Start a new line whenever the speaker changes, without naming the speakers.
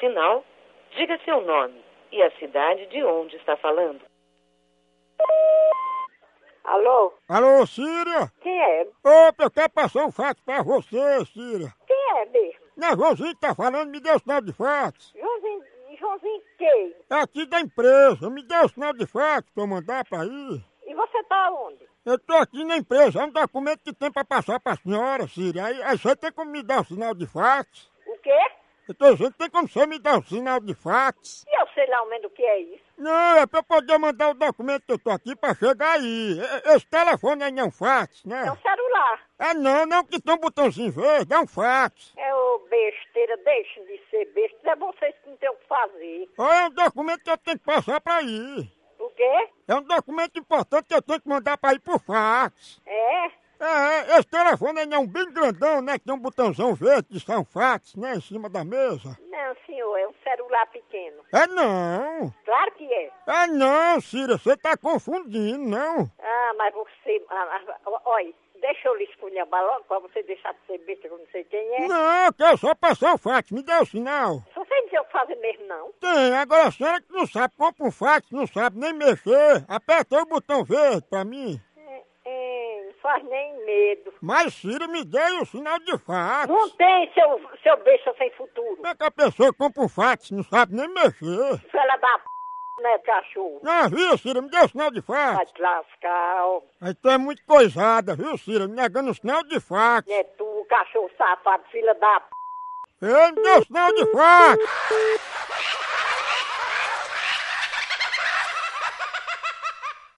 sinal, diga seu nome e a cidade de onde está falando.
Alô?
Alô, Síria?
Quem é?
Opa, eu quero passar um fato pra você, Síria.
Quem é mesmo?
Não, Josinho que tá falando, me dê o sinal de fax.
Joãozinho, Joãozinho quem?
É aqui da empresa, me dê o sinal de fax pra eu mandar pra aí.
E você tá onde?
Eu tô aqui na empresa, é um documento que tem pra passar pra senhora, Síria. Aí, aí você tem como me dar o sinal de fax?
O quê?
Eu tô dizendo, tem como você me dar o sinal de fax?
E eu sei lá ao menos o que é isso.
Não, é pra eu poder mandar o documento que eu tô aqui pra chegar aí. E- Esse telefone aí não é um fax,
É um
né?
celular.
É não, não que tem um botãozinho verde, é um fax.
É ô besteira, deixe de ser besta. É vocês que não tem o que fazer.
Ou é um documento que eu tenho que passar pra ir.
O quê?
É um documento importante que eu tenho que mandar pra ir por fax.
É?
É, esse telefone aí não é um bem grandão, né? Que tem um botãozão verde de São Fax, né? Em cima da mesa.
Não, senhor, é um celular pequeno.
É não.
Claro que é.
É não, Cira, você tá confundindo, não.
Ah, mas você. Ah, ah, ah, olha, deixa eu lhe esculhambar logo pra você deixar de ser besta que eu não sei quem é.
Não, eu quero só passar o fax, me dê o sinal.
Se você não sei o que fazer mesmo, não.
Tem, agora a senhora que não sabe, compra um fax, não sabe nem mexer. Aperta aí o botão verde pra mim.
É, é, não faz nem medo.
Mas, Cira, me dê o sinal de fax.
Não tem seu, seu besta sem futuro.
Como é que a pessoa compra um fax, não sabe nem mexer?
Fela da p, né, cachorro?
Não, viu, Cira, me dê o sinal de fax.
Vai te lascar, ó.
Aí tu é muito coisada, viu, Cira? Me negando o sinal de fax.
É. Né, tu, cachorro safado, filha da p.
Ei, me deu sinal de fax!